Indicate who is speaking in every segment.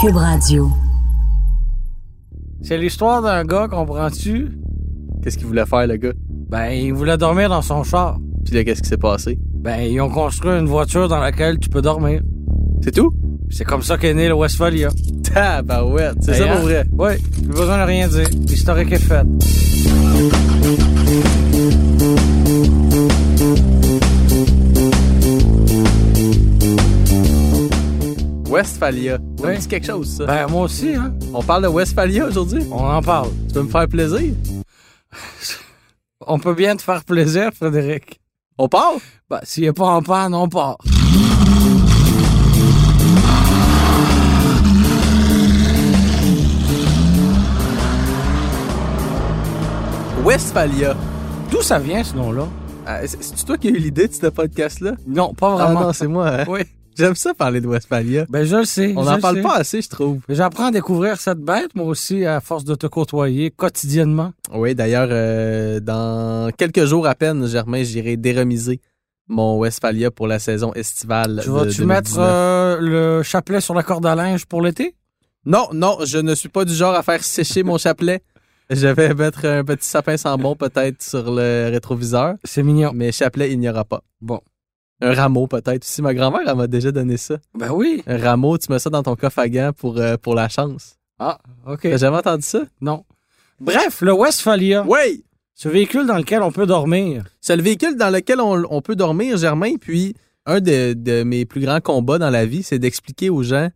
Speaker 1: Cube Radio.
Speaker 2: C'est l'histoire d'un gars, comprends-tu?
Speaker 3: Qu'est-ce qu'il voulait faire, le gars?
Speaker 2: Ben, il voulait dormir dans son char.
Speaker 3: Puis là, qu'est-ce qui s'est passé?
Speaker 2: Ben, ils ont construit une voiture dans laquelle tu peux dormir.
Speaker 3: C'est tout?
Speaker 2: C'est comme ça qu'est né le Westphalia.
Speaker 3: Tabarouette, c'est ça
Speaker 2: D'ailleurs,
Speaker 3: pour vrai.
Speaker 2: Ouais, plus besoin de rien dire. L'historique est fait.
Speaker 3: Westphalia. Ça me
Speaker 2: Oui.
Speaker 3: dit quelque chose, ça.
Speaker 2: Ben, moi aussi, hein.
Speaker 3: On parle de Westphalia aujourd'hui?
Speaker 2: On en parle.
Speaker 3: Tu veux me faire plaisir?
Speaker 2: On peut bien te faire plaisir, Frédéric.
Speaker 3: On part?
Speaker 2: Ben, s'il est pas en panne, on part.
Speaker 3: Westphalia.
Speaker 2: D'où ça vient, ce nom-là?
Speaker 3: Ah, c'est- C'est-tu toi qui as eu l'idée de ce podcast-là?
Speaker 2: Non, pas
Speaker 3: Ah
Speaker 2: vraiment.
Speaker 3: non, c'est moi. hein?
Speaker 2: Oui.
Speaker 3: J'aime ça parler de Westphalia.
Speaker 2: Ben, je le sais.
Speaker 3: On
Speaker 2: je
Speaker 3: n'en
Speaker 2: le
Speaker 3: parle
Speaker 2: sais.
Speaker 3: pas assez, je trouve.
Speaker 2: Mais J'apprends à découvrir cette bête, moi aussi, à force de te côtoyer quotidiennement.
Speaker 3: Oui, d'ailleurs, euh, dans quelques jours à peine, Germain, j'irai déremiser mon Westphalia pour la saison estivale.
Speaker 2: Tu vas-tu
Speaker 3: de
Speaker 2: mettre
Speaker 3: 2019.
Speaker 2: euh, le chapelet sur la corde à linge pour l'été?
Speaker 3: Non, non, je ne suis pas du genre à faire sécher mon chapelet. Je vais mettre un petit sapin sans bon peut-être sur le rétroviseur,
Speaker 2: C'est mignon.
Speaker 3: mais chapelet, il n'y aura pas.
Speaker 2: Bon.
Speaker 3: Un rameau peut-être aussi. Ma grand-mère, elle m'a déjà donné ça.
Speaker 2: Ben oui.
Speaker 3: Un rameau, tu mets ça dans ton coffre à gants pour, euh, pour la chance.
Speaker 2: Ah, OK.
Speaker 3: T'as jamais entendu ça?
Speaker 2: Non. Bref, le Westphalia,
Speaker 3: Oui!
Speaker 2: ce véhicule dans lequel on peut dormir.
Speaker 3: C'est le véhicule dans lequel on, on peut dormir, Germain. Puis, un de, de mes plus grands combats dans la vie, c'est d'expliquer aux gens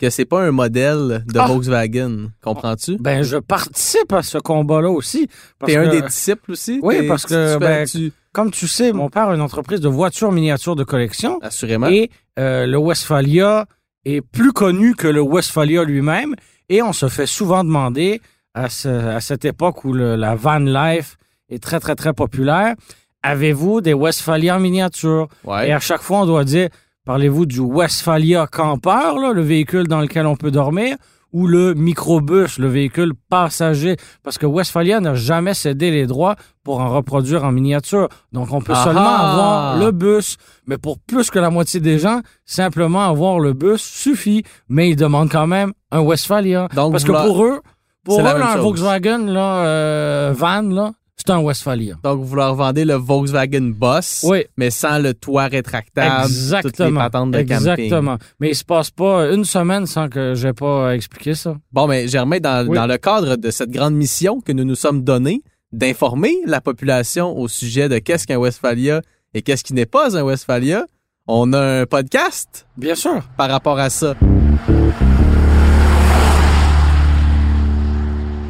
Speaker 3: que c'est pas un modèle de
Speaker 2: Ah!
Speaker 3: Volkswagen. Comprends-tu?
Speaker 2: Ben, je participe à ce combat-là aussi. parce
Speaker 3: T'es un
Speaker 2: que,
Speaker 3: des disciples aussi?
Speaker 2: Oui,
Speaker 3: T'es-
Speaker 2: parce
Speaker 3: tu-
Speaker 2: que,
Speaker 3: tu fais-
Speaker 2: ben,
Speaker 3: tu-
Speaker 2: Comme tu sais, mon père a une entreprise de voitures miniatures de collection.
Speaker 3: Assurément.
Speaker 2: Et euh, le Westphalia est plus connu que le Westphalia lui-même. Et on se fait souvent demander, à, ce- à cette époque où le- la van life est très, très, très populaire, avez-vous des Westphalia en miniature?
Speaker 3: Ouais.
Speaker 2: Et à chaque fois, on doit dire, parlez-vous du Westphalia Camper, là, le véhicule dans lequel on peut dormir, ou le microbus, le véhicule passager, parce que Westphalia n'a jamais cédé les droits pour en reproduire en miniature. Donc, on peut
Speaker 3: Ah
Speaker 2: seulement
Speaker 3: ah!
Speaker 2: avoir le bus. Mais pour plus que la moitié des gens, simplement avoir le bus suffit. Mais ils demandent quand même un Westphalia.
Speaker 3: Donc,
Speaker 2: parce que
Speaker 3: vouloir-
Speaker 2: pour eux, pour
Speaker 3: c'est
Speaker 2: eux,
Speaker 3: la même
Speaker 2: là, un
Speaker 3: chose.
Speaker 2: Volkswagen, là, euh, van, là, c'est un Westphalia.
Speaker 3: Donc, vous leur vendez le Volkswagen Boss,
Speaker 2: Oui.
Speaker 3: mais sans le toit rétractable, toutes les patentes de camping.
Speaker 2: Exactement. Mais il se passe pas une semaine sans que j'ai pas expliqué ça.
Speaker 3: Bon, mais Germain, dans,
Speaker 2: Oui.
Speaker 3: dans le cadre de cette grande mission que nous nous sommes donnée d'informer la population au sujet de qu'est-ce qu'un Westphalia et qu'est-ce qui n'est pas un Westphalia, on a un podcast
Speaker 2: Bien sûr.
Speaker 3: par rapport à ça.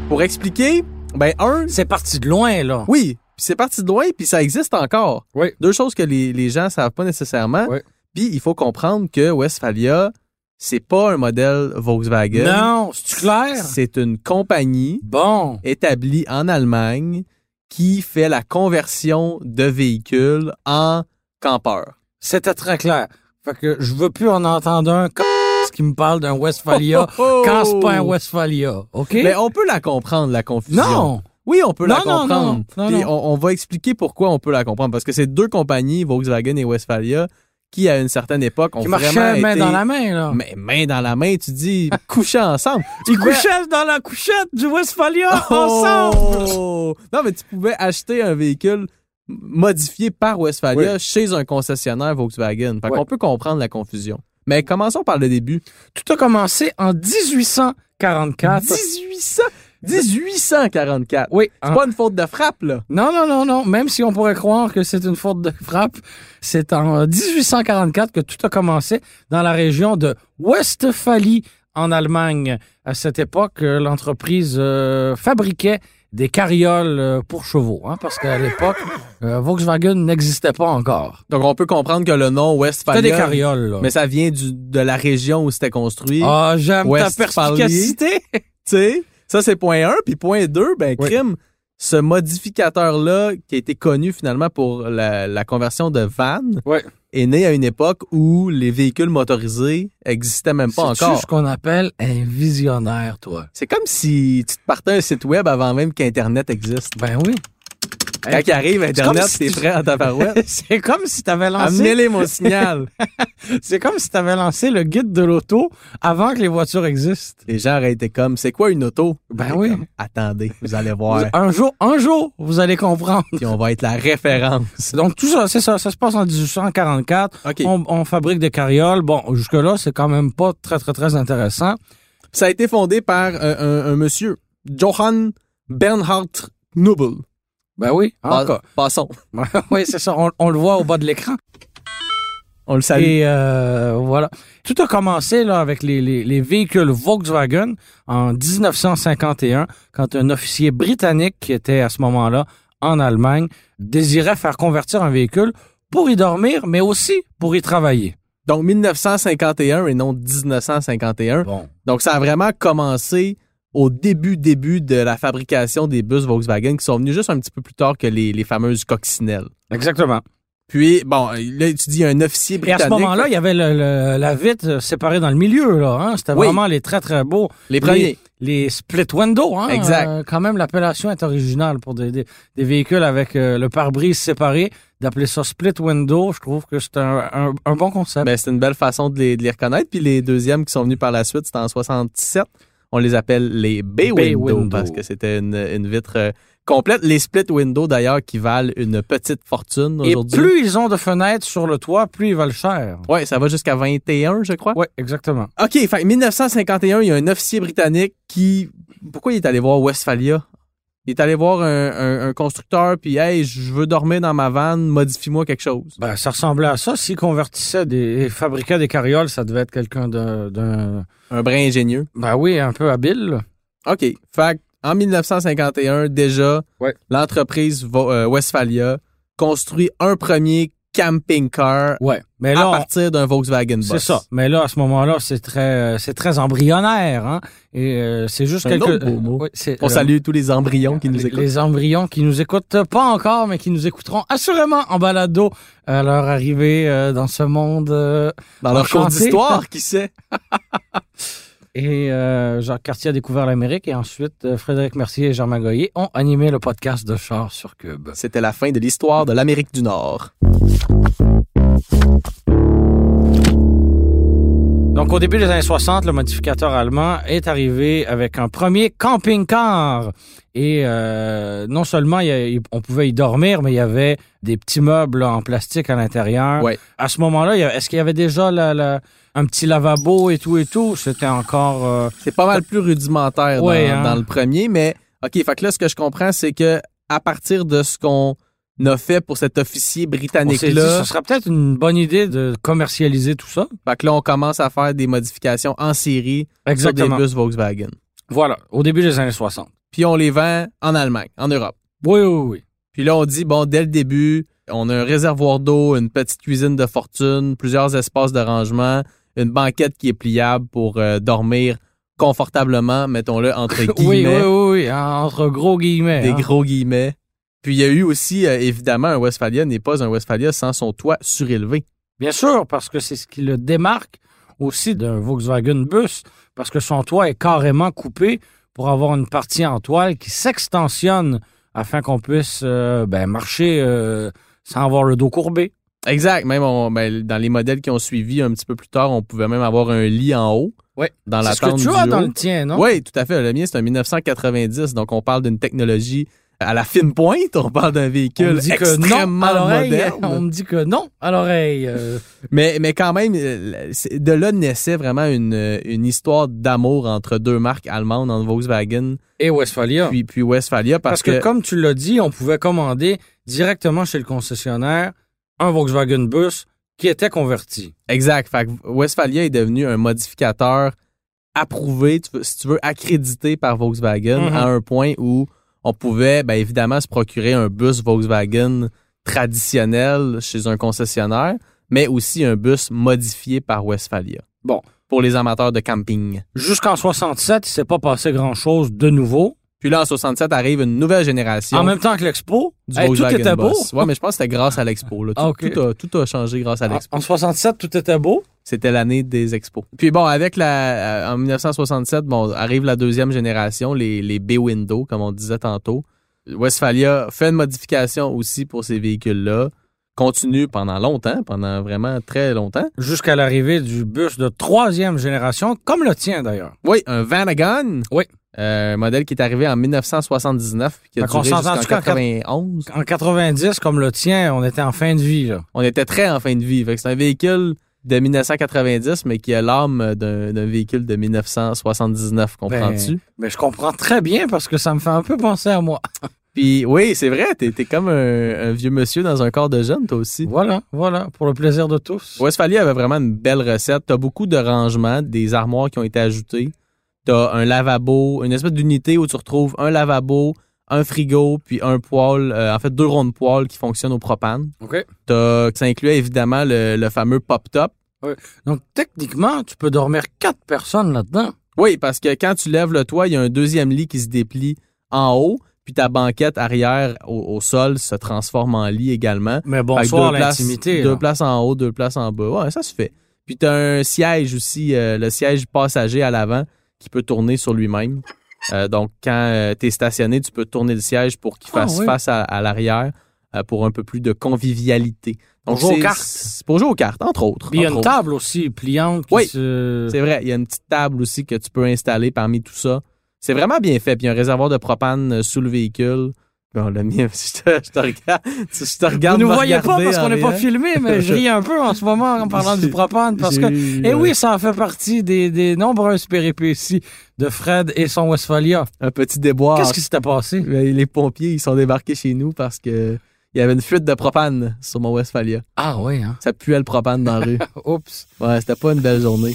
Speaker 3: Pour expliquer, ben un,
Speaker 2: C'est parti de loin, là.
Speaker 3: Oui, puis c'est parti de loin, puis ça existe encore.
Speaker 2: Oui.
Speaker 3: Deux choses que les, les gens savent pas nécessairement.
Speaker 2: Oui.
Speaker 3: Puis il faut comprendre que Westphalia, c'est pas un modèle Volkswagen.
Speaker 2: Non, c'est clair?
Speaker 3: C'est une compagnie
Speaker 2: Bon.
Speaker 3: établie en Allemagne qui fait la conversion de véhicules en campeurs.
Speaker 2: C'était très clair. Fait que je veux plus en entendre un c- qui me parle d'un Westphalia
Speaker 3: Oh!
Speaker 2: quand c'est pas un Westphalia. OK?
Speaker 3: Mais on peut la comprendre, la confusion.
Speaker 2: non!
Speaker 3: Oui, on peut la
Speaker 2: Non, non,
Speaker 3: comprendre.
Speaker 2: non, non,
Speaker 3: Puis
Speaker 2: non.
Speaker 3: On, on va expliquer pourquoi on peut la comprendre. Parce que c'est deux compagnies, Volkswagen et Westphalia, qui, à une certaine époque, ont
Speaker 2: Qui
Speaker 3: vraiment
Speaker 2: marchait main
Speaker 3: été-
Speaker 2: dans la main, là.
Speaker 3: Mais main dans la main, tu dis coucher ensemble.
Speaker 2: Ils couchaient dans la couchette du Westphalia
Speaker 3: Oh! Non, mais tu pouvais acheter un véhicule modifié par Westphalia chez un concessionnaire Volkswagen. Fait
Speaker 2: Ouais.
Speaker 3: qu'on peut comprendre la confusion. Mais commençons par le début.
Speaker 2: Tout a commencé en 1844.
Speaker 3: 1800, 1844.
Speaker 2: Oui,
Speaker 3: C'est
Speaker 2: en-
Speaker 3: pas une faute de frappe, là.
Speaker 2: Non, non, non, non. Même si on pourrait croire que c'est une faute de frappe, c'est en euh, 1844 que tout a commencé dans la région de Westphalie en Allemagne. À cette époque, euh, l'entreprise euh, fabriquait des carrioles euh, pour chevaux, hein, parce qu'à l'époque, euh, Volkswagen n'existait pas encore.
Speaker 3: Donc, on peut comprendre que le nom
Speaker 2: C'était des
Speaker 3: Westphalia,
Speaker 2: carrioles, là.
Speaker 3: mais ça vient du, de la région où c'était construit.
Speaker 2: Ah, j'aime ta
Speaker 3: Westphalia.
Speaker 2: perspicacité.
Speaker 3: Tu sais, ça c'est point 1. Puis point 2, ben
Speaker 2: Oui.
Speaker 3: crime, ce modificateur-là qui a été connu finalement pour la, la conversion de van
Speaker 2: Ouais.
Speaker 3: est né à une époque où les véhicules motorisés n'existaient même pas
Speaker 2: C'est-tu
Speaker 3: encore.
Speaker 2: ce qu'on appelle un visionnaire, toi.
Speaker 3: C'est comme si tu te partais un site web avant même qu'Internet existe.
Speaker 2: Ben oui.
Speaker 3: Quand il arrive Internet,
Speaker 2: comme si
Speaker 3: t'es
Speaker 2: tu-
Speaker 3: prêt à ta parouette.
Speaker 2: C'est comme si t'avais lancé,
Speaker 3: Amenez-les mon signal.
Speaker 2: c'est comme si t'avais lancé le guide de l'auto avant que les voitures existent.
Speaker 3: Les gens auraient été comme, c'est quoi une auto?
Speaker 2: Ben
Speaker 3: Et
Speaker 2: oui.
Speaker 3: comme, Attendez, vous allez voir.
Speaker 2: Un jour, un jour, vous allez comprendre.
Speaker 3: Puis on va être la référence.
Speaker 2: Donc tout ça, c'est ça, ça se passe en 1844.
Speaker 3: OK.
Speaker 2: On, on fabrique des carrioles. Bon, jusque là, c'est quand même pas très très très intéressant.
Speaker 3: Ça a été fondé par un, un- un monsieur, Johann Bernhard Knubel.
Speaker 2: Ben oui,
Speaker 3: Pa-
Speaker 2: encore.
Speaker 3: Passons.
Speaker 2: oui, c'est ça. On, on le voit au bas de l'écran.
Speaker 3: On le salue.
Speaker 2: Et euh, voilà. Tout a commencé là avec les, les- les véhicules Volkswagen en 1951, quand un officier britannique qui était à ce moment-là en Allemagne désirait faire convertir un véhicule pour y dormir, mais aussi pour y travailler.
Speaker 3: Donc 1951 et non 1951.
Speaker 2: Bon.
Speaker 3: Donc ça a vraiment commencé au début, début de la fabrication des bus Volkswagen qui sont venus juste un petit peu plus tard que les, les fameuses coccinelles.
Speaker 2: Exactement.
Speaker 3: Puis, bon, là, tu dis un officier
Speaker 2: Et à
Speaker 3: britannique.
Speaker 2: ce moment-là, il y avait le- le- la vitre euh, séparée dans le milieu, là. hein. C'était
Speaker 3: Oui.
Speaker 2: vraiment les très, très beaux.
Speaker 3: les premiers.
Speaker 2: Les, les split windows, hein.
Speaker 3: Exact.
Speaker 2: Euh, quand même, l'appellation est originale pour des, des- des véhicules avec euh, le pare-brise séparé. D'appeler ça split window, je trouve que c'est un, un- un bon concept.
Speaker 3: Ben, c'est une belle façon de les, de les reconnaître. Puis les deuxièmes qui sont venus par la suite, c'était en 67. On les appelle les bay,
Speaker 2: Bay
Speaker 3: windows
Speaker 2: window.
Speaker 3: parce que c'était une, une vitre euh, complète. Les split windows d'ailleurs qui valent une petite fortune
Speaker 2: Et
Speaker 3: aujourd'hui.
Speaker 2: plus ils ont de fenêtres sur le toit, plus ils valent cher.
Speaker 3: Ouais, ça va jusqu'à 21, je crois.
Speaker 2: Oui, exactement.
Speaker 3: OK, fait 1951, il y a un officier britannique qui. Pourquoi il est allé voir Westphalia? Il est allé voir un, un- un constructeur, puis hey, je veux dormir dans ma vanne, modifie-moi quelque chose.
Speaker 2: Ben, ça ressemblait à ça. S'ils convertissaient des, et fabriquaient des carrioles, ça devait être quelqu'un d'un, d'un-
Speaker 3: Un brin ingénieux.
Speaker 2: ben oui, un peu habile. là.
Speaker 3: OK. Fait que, en 1951, déjà,
Speaker 2: Ouais.
Speaker 3: l'entreprise Vo- euh, Westphalia construit un premier camping-car
Speaker 2: Ouais. Mais
Speaker 3: à
Speaker 2: là, on-
Speaker 3: partir d'un Volkswagen Bus.
Speaker 2: C'est ça. Mais là, à ce moment-là, c'est très, euh, c'est très embryonnaire. Hein? Et euh, c'est juste
Speaker 3: C'est un
Speaker 2: quelques.
Speaker 3: autre beau mot.
Speaker 2: Oui, c'est,
Speaker 3: On
Speaker 2: euh,
Speaker 3: salue tous les embryons qui nous
Speaker 2: les,
Speaker 3: écoutent.
Speaker 2: les embryons qui nous écoutent euh, pas encore, mais qui nous écouteront assurément en balado à leur arrivée euh, dans ce monde. euh,
Speaker 3: Dans leur cours
Speaker 2: enchantés.
Speaker 3: d'histoire, qui sait?
Speaker 2: et euh, Jacques Cartier a découvert l'Amérique et ensuite euh, Frédéric Mercier et Germain Goyer ont animé le podcast de Char sur Cube.
Speaker 3: C'était la fin de l'histoire de l'Amérique du Nord.
Speaker 2: Donc, au début des années 60, le modificateur allemand est arrivé avec un premier camping-car. Et euh, non seulement il y a- il- on pouvait y dormir, mais il y avait des petits meubles là, en plastique à l'intérieur.
Speaker 3: Ouais.
Speaker 2: À ce moment-là, il y a- est-ce qu'il y avait déjà la- la- un petit lavabo et tout et tout? C'était encore... euh,
Speaker 3: C'est pas mal plus rudimentaire dans-
Speaker 2: Ouais,
Speaker 3: dans,
Speaker 2: hein.
Speaker 3: le premier, mais OK, fait que là, ce que je comprends, c'est que à partir de ce qu'on a fait pour cet officier
Speaker 2: on s'est dit,
Speaker 3: britannique-là,
Speaker 2: ce serait peut-être une bonne idée de commercialiser tout ça.
Speaker 3: fait que là, on commence à faire des modifications en série sur des bus Volkswagen.
Speaker 2: Voilà, au début des années 60.
Speaker 3: Puis on les vend en Allemagne, en Europe.
Speaker 2: Oui, oui, oui.
Speaker 3: Puis là, on dit, bon, dès le début, on a un réservoir d'eau, une petite cuisine de fortune, plusieurs espaces de rangement, une banquette qui est pliable pour euh, dormir confortablement, mettons-le entre guillemets.
Speaker 2: Oui, oui, oui, oui, entre gros guillemets.
Speaker 3: des
Speaker 2: hein.
Speaker 3: gros guillemets. Puis il y a eu aussi, euh, évidemment, un Westphalia n'est pas un Westphalia sans son toit surélevé.
Speaker 2: Bien sûr, parce que c'est ce qui le démarque aussi d'un Volkswagen Bus, parce que son toit est carrément coupé pour avoir une partie en toile qui s'extensionne afin qu'on puisse euh, ben, marcher euh, sans avoir le dos courbé.
Speaker 3: Exact. Même on- ben, dans les modèles qui ont suivi un petit peu plus tard, on pouvait même avoir un lit en haut
Speaker 2: Oui.
Speaker 3: dans la
Speaker 2: C'est ce que
Speaker 3: tente
Speaker 2: tu
Speaker 3: du
Speaker 2: as
Speaker 3: haut.
Speaker 2: dans le tien, non?
Speaker 3: Oui, tout à fait. Le mien, c'est un 1990, donc on parle d'une technologie à la fine pointe. On parle d'un
Speaker 2: On me
Speaker 3: véhicule
Speaker 2: dit que non
Speaker 3: extrêmement
Speaker 2: à l'oreille.
Speaker 3: moderne.
Speaker 2: On me dit que non à l'oreille. euh,
Speaker 3: Mais, mais quand même, euh, c'est- de là naissait vraiment une, une histoire d'amour entre deux marques allemandes, entre Volkswagen
Speaker 2: et Westphalia.
Speaker 3: puis, puis Westphalia,
Speaker 2: parce, que, comme tu l'as dit, on pouvait commander directement chez le concessionnaire un Volkswagen Bus qui était converti.
Speaker 3: Exact. Fait que Westphalia est devenu un modificateur approuvé, tu veux- si tu veux, accrédité par Volkswagen
Speaker 2: Mhm.
Speaker 3: à un point où on pouvait ben, évidemment se procurer un bus Volkswagen traditionnel chez un concessionnaire, mais aussi un bus modifié par Westphalia.
Speaker 2: Bon.
Speaker 3: Pour les amateurs de camping.
Speaker 2: Jusqu'en 67, il s'est pas passé grand-chose de nouveau.
Speaker 3: Puis là, en 67, arrive une nouvelle génération.
Speaker 2: En même temps que l'expo,
Speaker 3: du
Speaker 2: hey, tout
Speaker 3: Volkswagen
Speaker 2: était beau.
Speaker 3: Boss. Ouais, mais je pense que c'était grâce à l'expo. là. Tout,
Speaker 2: Ah, ok. Ah.
Speaker 3: tout a, tout a changé grâce à
Speaker 2: En-
Speaker 3: l'expo.
Speaker 2: En 67, tout était beau.
Speaker 3: C'était l'année des expos. Puis bon, avec la, euh, en 1967, bon, arrive la deuxième génération, les, les B-Windows, comme on disait tantôt. Westphalia fait une modification aussi pour ces véhicules-là. Continue pendant longtemps, pendant vraiment très longtemps.
Speaker 2: Jusqu'à l'arrivée du bus de troisième génération, comme le tien d'ailleurs.
Speaker 3: Oui, un Vanagon.
Speaker 2: Oui.
Speaker 3: Euh, un modèle qui est arrivé en 1979 puis qui a
Speaker 2: Fait qu'on
Speaker 3: duré jusqu'en
Speaker 2: s'entend-tu qu'en
Speaker 3: 91.
Speaker 2: En 90, comme le tien, on était en fin de vie. Là.
Speaker 3: On était très en fin de vie. Fait que C'est un véhicule de 1990, mais qui a l'âme d'un d'un véhicule de 1979,
Speaker 2: Ben,
Speaker 3: comprends-tu?
Speaker 2: Mais je comprends très bien parce que ça me fait un peu penser à moi.
Speaker 3: Puis oui, c'est vrai, t'es t'es comme un, un vieux monsieur dans un corps de jeune, toi aussi.
Speaker 2: Voilà, voilà, pour le plaisir de tous.
Speaker 3: Westphalia avait vraiment une belle recette. T'as beaucoup de rangements, des armoires qui ont été ajoutées. T'as un lavabo, une espèce d'unité où tu retrouves un lavabo, un frigo, puis un poêle, euh, en fait deux rondes poêles qui fonctionnent au propane.
Speaker 2: OK.
Speaker 3: T'as, ça incluait évidemment le, le fameux pop-top.
Speaker 2: Donc, techniquement, tu peux dormir quatre personnes là-dedans.
Speaker 3: Oui, parce que quand tu lèves le toit, il y a un deuxième lit qui se déplie en haut, puis ta banquette arrière au- au sol se transforme en lit également.
Speaker 2: Mais
Speaker 3: Fait que
Speaker 2: bonsoir,
Speaker 3: deux places-
Speaker 2: l'intimité.
Speaker 3: Deux
Speaker 2: là.
Speaker 3: places en haut, deux places en bas. Ouais, ça se fait. Puis t'as un siège aussi, euh, le siège passager à l'avant qui peut tourner sur lui-même. Euh, donc, quand tu t'es stationné, tu peux tourner le siège pour qu'il
Speaker 2: Ah,
Speaker 3: fasse
Speaker 2: oui.
Speaker 3: face à, à l'arrière euh, pour un peu plus de convivialité. Donc,
Speaker 2: Pour jouer aux
Speaker 3: c'est-
Speaker 2: cartes.
Speaker 3: c'est Pour jouer aux cartes, entre autres.
Speaker 2: Puis il y a
Speaker 3: entre
Speaker 2: une
Speaker 3: autres.
Speaker 2: table aussi pliante qui
Speaker 3: Oui.
Speaker 2: se-
Speaker 3: C'est vrai, il y a une petite table aussi que tu peux installer parmi tout ça. C'est vraiment bien fait. Puis il y a un réservoir de propane euh, sous le véhicule. Bon, le mien, je te, je te regarde. Je te
Speaker 2: Vous
Speaker 3: regarde
Speaker 2: nous
Speaker 3: me
Speaker 2: voyez pas
Speaker 3: regarder
Speaker 2: parce qu'on
Speaker 3: en
Speaker 2: n'est pas
Speaker 3: riant.
Speaker 2: filmé, mais je ris un peu en ce moment en parlant du propane parce que.
Speaker 3: J'ai eu,
Speaker 2: Eh
Speaker 3: euh,
Speaker 2: oui, ça en fait partie des, des nombreuses péripéties de Fred et son Westphalia.
Speaker 3: euh, Un petit déboire.
Speaker 2: Qu'est-ce qui s'était passé?
Speaker 3: Ben, Les pompiers, ils sont débarqués chez nous parce que il y avait une fuite de propane sur mon Westphalia.
Speaker 2: Ah oui, hein?
Speaker 3: Ça puait le propane dans la rue.
Speaker 2: Oups.
Speaker 3: Ouais, c'était pas une belle journée.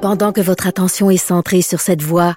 Speaker 4: Pendant que votre attention est centrée sur cette voix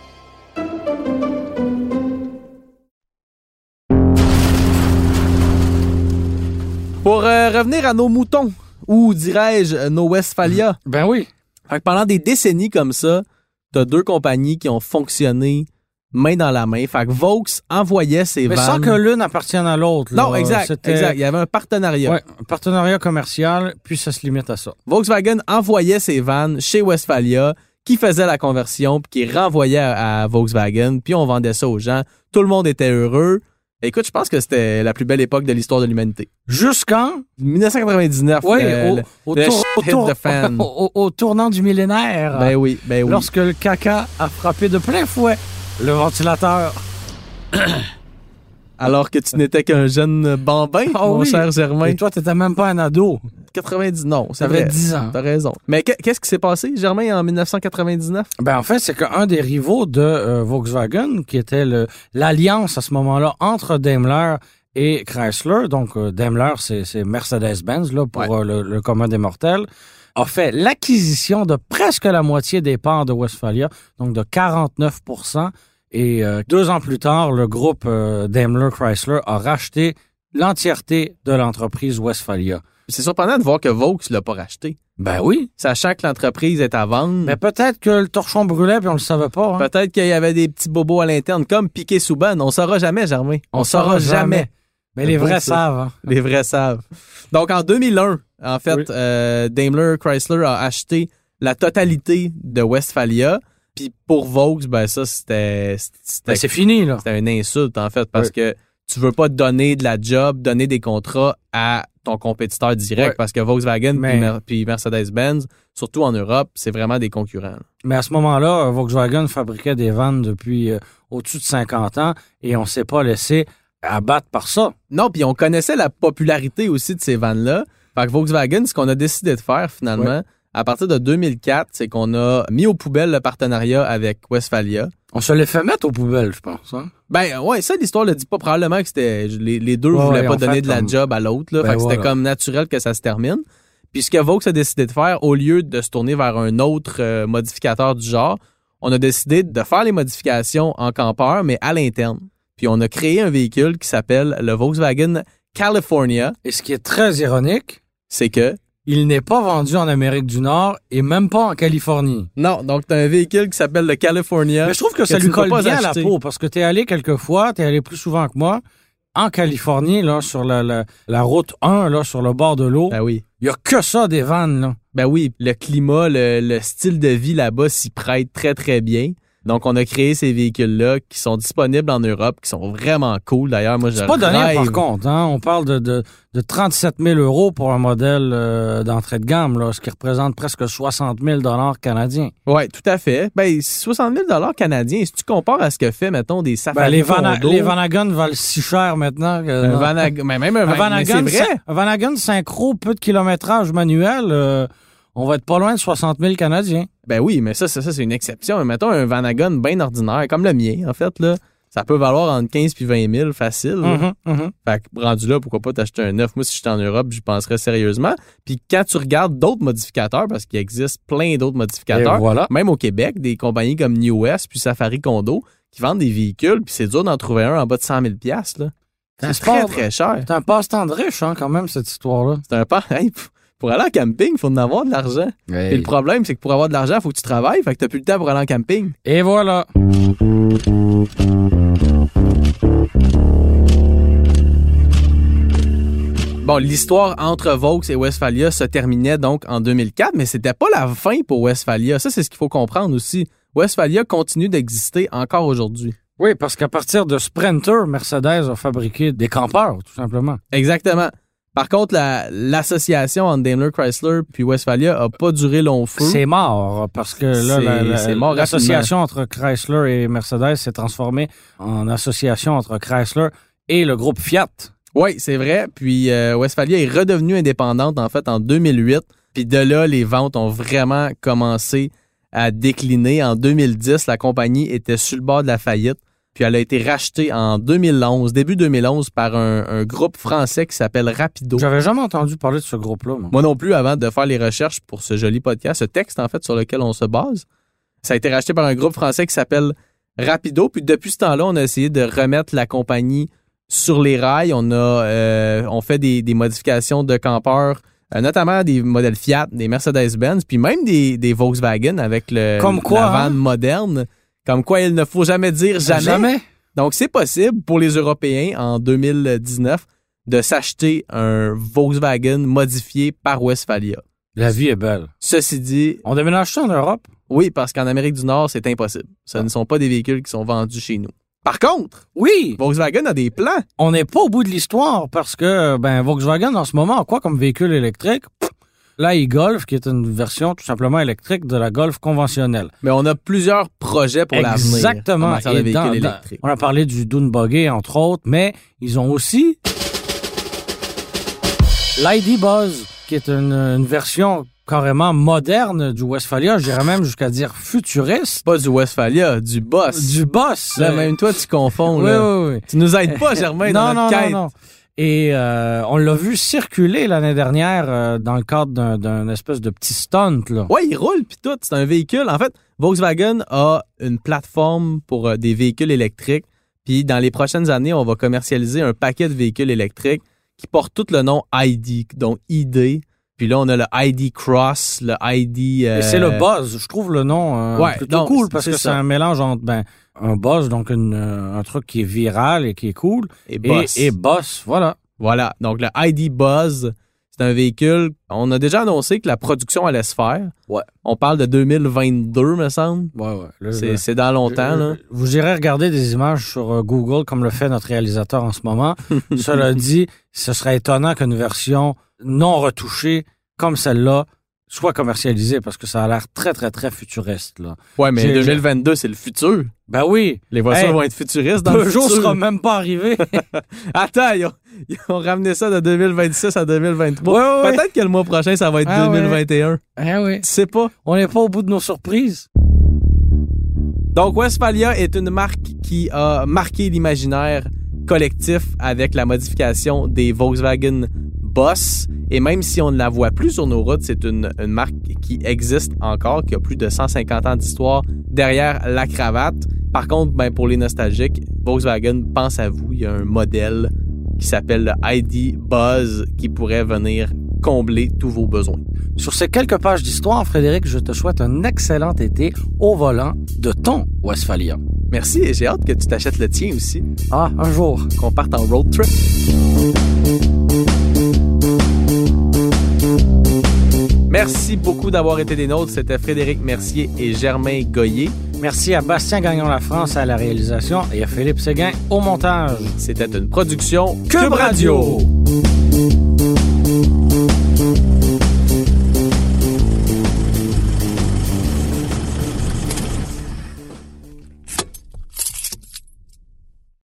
Speaker 3: Pour euh, revenir à nos moutons, ou dirais-je, euh, nos Westphalia.
Speaker 2: Ben oui.
Speaker 3: Fait que pendant des décennies comme ça, t'as deux compagnies qui ont fonctionné main dans la main. Fait que Vaux envoyait ses
Speaker 2: Mais
Speaker 3: vannes-
Speaker 2: sans que l'une appartienne à l'autre. là.
Speaker 3: Non, exact,
Speaker 2: C'était-
Speaker 3: exact. Il y avait un partenariat.
Speaker 2: Ouais, un partenariat commercial, puis ça se limite à ça.
Speaker 3: Volkswagen envoyait ses vannes chez Westphalia, qui faisait la conversion, puis qui renvoyait à, à Volkswagen, puis on vendait ça aux gens. Tout le monde était heureux. Écoute, je pense que c'était la plus belle époque de l'histoire de l'humanité.
Speaker 2: Jusqu'en.
Speaker 3: 1999.
Speaker 2: Oui,
Speaker 3: euh,
Speaker 2: au,
Speaker 3: le-
Speaker 2: au
Speaker 3: le
Speaker 2: tour- au
Speaker 3: shit
Speaker 2: tour-
Speaker 3: the fan.
Speaker 2: au- au- au tournant du millénaire.
Speaker 3: ben oui, ben oui.
Speaker 2: Ah. Lorsque le caca a frappé de plein fouet le ventilateur.
Speaker 3: Alors que tu n'étais qu'un jeune bambin,
Speaker 2: Ah
Speaker 3: mon
Speaker 2: oui.
Speaker 3: cher Germain.
Speaker 2: Et toi, t'étais même pas un ado.
Speaker 3: 90, non, c'est
Speaker 2: T'avais
Speaker 3: vrai.
Speaker 2: 10 ans.
Speaker 3: T'as raison. Mais que- qu'est-ce qui s'est passé, Germain, en 1999?
Speaker 2: Ben en fait, c'est qu'un des rivaux de euh, Volkswagen, qui était le- l'alliance à ce moment-là entre Daimler et Chrysler, donc euh, Daimler, c'est c'est Mercedes-Benz là pour
Speaker 3: Ouais.
Speaker 2: euh, le, le commun des mortels, a fait l'acquisition de presque la moitié des parts de Westphalia, donc de 49 Et euh, deux ans plus tard, le groupe euh, Daimler Chrysler a racheté l'entièreté de l'entreprise Westphalia.
Speaker 3: C'est surprenant de voir que Vaux l'a pas racheté.
Speaker 2: Ben oui.
Speaker 3: Sachant que l'entreprise est à vendre.
Speaker 2: Mais peut-être que le torchon brûlait puis on le savait pas. hein.
Speaker 3: Peut-être qu'il y avait des petits bobos à l'interne, comme Piqué Souban. On saura jamais, Germain.
Speaker 2: On saura jamais. Mais
Speaker 3: C'est
Speaker 2: les
Speaker 3: beau,
Speaker 2: vrais
Speaker 3: ça.
Speaker 2: savent. hein.
Speaker 3: Les vrais savent. Donc, en 2001, en fait,
Speaker 2: Oui.
Speaker 3: euh, Daimler Chrysler a acheté la totalité de Westphalia. Puis pour Vaux, ben ça, c'était
Speaker 2: Ben,
Speaker 3: c'était
Speaker 2: c'est fini, là.
Speaker 3: c'était une insulte, en fait, parce que tu veux pas donner de la job, donner des contrats à ton compétiteur direct,
Speaker 2: Ouais.
Speaker 3: parce que Volkswagen
Speaker 2: Mais-
Speaker 3: puis, Mer- puis Mercedes-Benz, surtout en Europe, c'est vraiment des concurrents.
Speaker 2: Mais à ce moment-là, euh, Volkswagen fabriquait des vannes depuis euh, au-dessus de 50 ans et on s'est pas laissé abattre par ça.
Speaker 3: Non, puis on connaissait la popularité aussi de ces vannes-là. Fait que Volkswagen, ce qu'on a décidé de faire finalement, à partir de 2004, c'est qu'on a mis aux poubelles le partenariat avec Westphalia.
Speaker 2: On se les fait mettre aux poubelles, je pense. hein.
Speaker 3: Ben ouais, ça l'histoire le dit pas probablement que c'était les, les deux
Speaker 2: Ouais,
Speaker 3: voulaient
Speaker 2: ouais,
Speaker 3: pas
Speaker 2: en
Speaker 3: donner
Speaker 2: fait,
Speaker 3: de la
Speaker 2: comme-
Speaker 3: job à l'autre là,
Speaker 2: Ben
Speaker 3: fait que c'était
Speaker 2: voilà.
Speaker 3: comme naturel que ça se termine. Puis ce que Vaux a décidé de faire au lieu de se tourner vers un autre euh, modificateur du genre, on a décidé de faire les modifications en campeur mais à l'interne. Puis on a créé un véhicule qui s'appelle le Volkswagen California,
Speaker 2: Et ce qui est très ironique,
Speaker 3: c'est que
Speaker 2: il n'est pas vendu en Amérique du Nord et même pas en Californie.
Speaker 3: non, donc t'as un véhicule qui s'appelle le California.
Speaker 2: Mais je trouve Euh, que,
Speaker 3: que
Speaker 2: ça
Speaker 3: tu
Speaker 2: lui
Speaker 3: ne peux
Speaker 2: colle
Speaker 3: pas
Speaker 2: bien à
Speaker 3: acheter.
Speaker 2: la peau parce que t'es allé quelques fois, t'es allé plus souvent que moi en Californie là sur la, la, la route 1 là sur le bord de l'eau.
Speaker 3: Ben oui.
Speaker 2: Il y a que ça des vannes là.
Speaker 3: Ben oui, le climat, le, le style de vie là-bas s'y prête très, très bien. Donc, on a créé ces véhicules-là qui sont disponibles en Europe, qui sont vraiment cool. D'ailleurs, moi, je
Speaker 2: C'est pas donné
Speaker 3: rêve.
Speaker 2: par contre. Hein? On parle de, de, de 37 000 euros pour un modèle euh, d'entrée de gamme là, ce qui représente presque 60 000 dollars canadiens.
Speaker 3: Oui, tout à fait. Ben, 60 000 canadiens, si tu compares à ce que fait, mettons, des
Speaker 2: Ben,
Speaker 3: safaris
Speaker 2: les, Vana-
Speaker 3: Condo,
Speaker 2: les Vanagon valent si cher maintenant. Que,
Speaker 3: un
Speaker 2: non.
Speaker 3: Vanag- mais même un,
Speaker 2: Un
Speaker 3: Van- mais
Speaker 2: Vanagon,
Speaker 3: c'est vrai.
Speaker 2: syn- un Vanagon synchro, peu de kilométrage manuel, euh, on va être pas loin de 60 000 Canadiens.
Speaker 3: Ben oui, mais ça, ça, ça, c'est une exception. Mais mettons, un Vanagon bien ordinaire, comme le mien, en fait, là, ça peut valoir entre 15 puis 20 000 facile. là.
Speaker 2: Mhm, mhm.
Speaker 3: Fait que rendu là, pourquoi pas t'acheter un 9? Moi, si j'étais en Europe, j'y penserais sérieusement. Puis quand tu regardes d'autres modificateurs, parce qu'il existe plein d'autres modificateurs,
Speaker 2: Et voilà.
Speaker 3: même au Québec, des compagnies comme New West puis Safari Condo qui vendent des véhicules, puis c'est dur d'en trouver un en bas de 100 000 là.
Speaker 2: un
Speaker 3: C'est très,
Speaker 2: sport.
Speaker 3: très cher.
Speaker 2: C'est un passe-temps de riche, hein, quand même, cette histoire-là.
Speaker 3: C'est un pas... Hey, p- pour aller en camping, faut en avoir de l'argent.
Speaker 2: Ben
Speaker 3: Puis le problème, c'est que pour avoir de l'argent, faut que tu travailles, fait que t'as plus le temps pour aller en camping.
Speaker 2: Et voilà.
Speaker 3: Bon, l'histoire entre Vaux et Westphalia se terminait donc en 2004, mais c'était pas la fin pour Westphalia. Ça, c'est ce qu'il faut comprendre aussi. Westphalia continue d'exister encore aujourd'hui.
Speaker 2: Oui, parce qu'à partir de Sprinter, Mercedes a fabriqué des campeurs, tout simplement.
Speaker 3: Exactement. Par contre, la- l'association entre Daimler Chrysler puis Westphalia a pas duré long feu.
Speaker 2: C'est mort, parce que là,
Speaker 3: C'est-
Speaker 2: la- la-
Speaker 3: c'est mort
Speaker 2: l'association entre Chrysler et Mercedes s'est transformée en association entre Chrysler et le groupe Fiat.
Speaker 3: Oui, c'est vrai. Puis euh, Westphalia est redevenue indépendante en fait en 2008. Puis de là, les ventes ont vraiment commencé à décliner. En 2010, la compagnie était sur le bord de la faillite. Puis elle a été rachetée en 2011, début 2011, par un, un groupe français qui s'appelle Rapido.
Speaker 2: J'avais jamais entendu parler de ce groupe-là. moi.
Speaker 3: Moi non plus, avant de faire les recherches pour ce joli podcast, ce texte en fait sur lequel on se base, ça a été racheté par un groupe français qui s'appelle Rapido. Puis depuis ce temps-là, on a essayé de remettre la compagnie sur les rails. On a euh, on fait des, des modifications de campeurs, euh, notamment des modèles Fiat, des Mercedes-Benz, puis même des, des Volkswagen avec le
Speaker 2: Comme quoi,
Speaker 3: la van
Speaker 2: hein?
Speaker 3: moderne. Comme quoi, il ne faut jamais dire jamais. Donc, c'est possible pour les Européens en 2019 de s'acheter un Volkswagen modifié par Westphalia.
Speaker 2: La vie est belle.
Speaker 3: Ceci dit,
Speaker 2: On déménage ça en Europe?
Speaker 3: oui, parce qu'en Amérique du Nord, c'est impossible. Ce ne sont pas des véhicules qui sont vendus chez nous. Par contre,
Speaker 2: Oui!
Speaker 3: Volkswagen a des plans.
Speaker 2: on n'est pas au bout de l'histoire parce que ben Volkswagen en ce moment a quoi comme véhicule électrique Pff, La e-Golf qui est une version tout simplement électrique de la Golf conventionnelle.
Speaker 3: Mais on a plusieurs projets pour l'avenir. En
Speaker 2: Exactement.
Speaker 3: matière de
Speaker 2: Et dans-
Speaker 3: véhicules
Speaker 2: dans-
Speaker 3: électriques.
Speaker 2: on a parlé du Dunbuggy entre autres, mais ils ont aussi l'ID Buzz qui est une, une version carrément moderne du Westphalia, j'irais même jusqu'à dire futuriste
Speaker 3: Pas du Westphalia, du Boss.
Speaker 2: du Boss. Euh,
Speaker 3: Là, même toi, tu confonds.
Speaker 2: oui,
Speaker 3: là.
Speaker 2: oui, oui.
Speaker 3: Tu nous aides pas, Germain, dans notre quête.
Speaker 2: Et euh, on l'a vu circuler l'année dernière euh, dans le cadre d'un- d'un espèce de petit stunt. Là.
Speaker 3: Ouais, il roule puis tout. C'est un véhicule. En fait, Volkswagen a une plateforme pour euh, des véhicules électriques. Puis dans les prochaines années, on va commercialiser un paquet de véhicules électriques qui portent tout le nom ID, donc ID. Puis là, on a le ID Cross, le ID. euh,
Speaker 2: Et c'est le buzz, je trouve le nom euh,
Speaker 3: ouais,
Speaker 2: plutôt
Speaker 3: donc,
Speaker 2: cool
Speaker 3: c'est-
Speaker 2: parce que
Speaker 3: c'est
Speaker 2: c'est
Speaker 3: ça.
Speaker 2: un mélange entre ben, un buzz, donc une, euh, un truc qui est viral et qui est cool,
Speaker 3: Et
Speaker 2: et-
Speaker 3: Boss.
Speaker 2: et boss, voilà.
Speaker 3: Voilà. Donc le ID Buzz, c'est un véhicule. On a déjà annoncé que la production allait se faire.
Speaker 2: Ouais.
Speaker 3: On parle de 2022, me semble.
Speaker 2: Ouais, ouais. Euh, Le-
Speaker 3: C'est
Speaker 2: le-
Speaker 3: c'est dans longtemps, là.
Speaker 2: Vous irez regarder des images sur euh, Google comme le fait notre réalisateur en ce moment. Cela dit, ce serait étonnant qu'une version non retouchée comme celle-là soit commercialisé parce que ça a l'air très, très, très futuriste. Là.
Speaker 3: Ouais, mais
Speaker 2: J'ai-
Speaker 3: 2022, c'est le futur.
Speaker 2: Ben oui,
Speaker 3: Les voitures
Speaker 2: Hey,
Speaker 3: vont être futuristes dans
Speaker 2: le
Speaker 3: le
Speaker 2: jour
Speaker 3: futur.
Speaker 2: sera même pas arrivé.
Speaker 3: Attends, ils ont, ils ont ramené ça de 2026 à 2023.
Speaker 2: Ouais, ouais, ouais.
Speaker 3: Peut-être que le mois prochain, ça va être
Speaker 2: Ah ouais.
Speaker 3: 2021.
Speaker 2: Hein, oui.
Speaker 3: Tu sais pas.
Speaker 2: On n'est pas au bout de nos surprises.
Speaker 3: Donc, Westphalia est une marque qui a marqué l'imaginaire collectif avec la modification des Volkswagen Boss. Et même si on ne la voit plus sur nos routes, c'est une, une marque qui existe encore, qui a plus de 150 ans d'histoire derrière la cravate. Par contre, ben, pour les nostalgiques, Volkswagen pense à vous. Il y a un modèle qui s'appelle le ID Buzz qui pourrait venir combler tous vos besoins.
Speaker 2: Sur ces quelques pages d'histoire, Frédéric, je te souhaite un excellent été au volant de ton Westphalia.
Speaker 3: Merci et j'ai hâte que tu t'achètes le tien aussi,
Speaker 2: Ah, un jour.
Speaker 3: qu'on parte en road trip. Merci beaucoup d'avoir été des nôtres. C'était Frédéric Mercier et Germain Goyer.
Speaker 2: Merci à Bastien Gagnon La France à la réalisation et à Philippe Séguin au montage.
Speaker 3: C'était une production
Speaker 2: Cube Radio.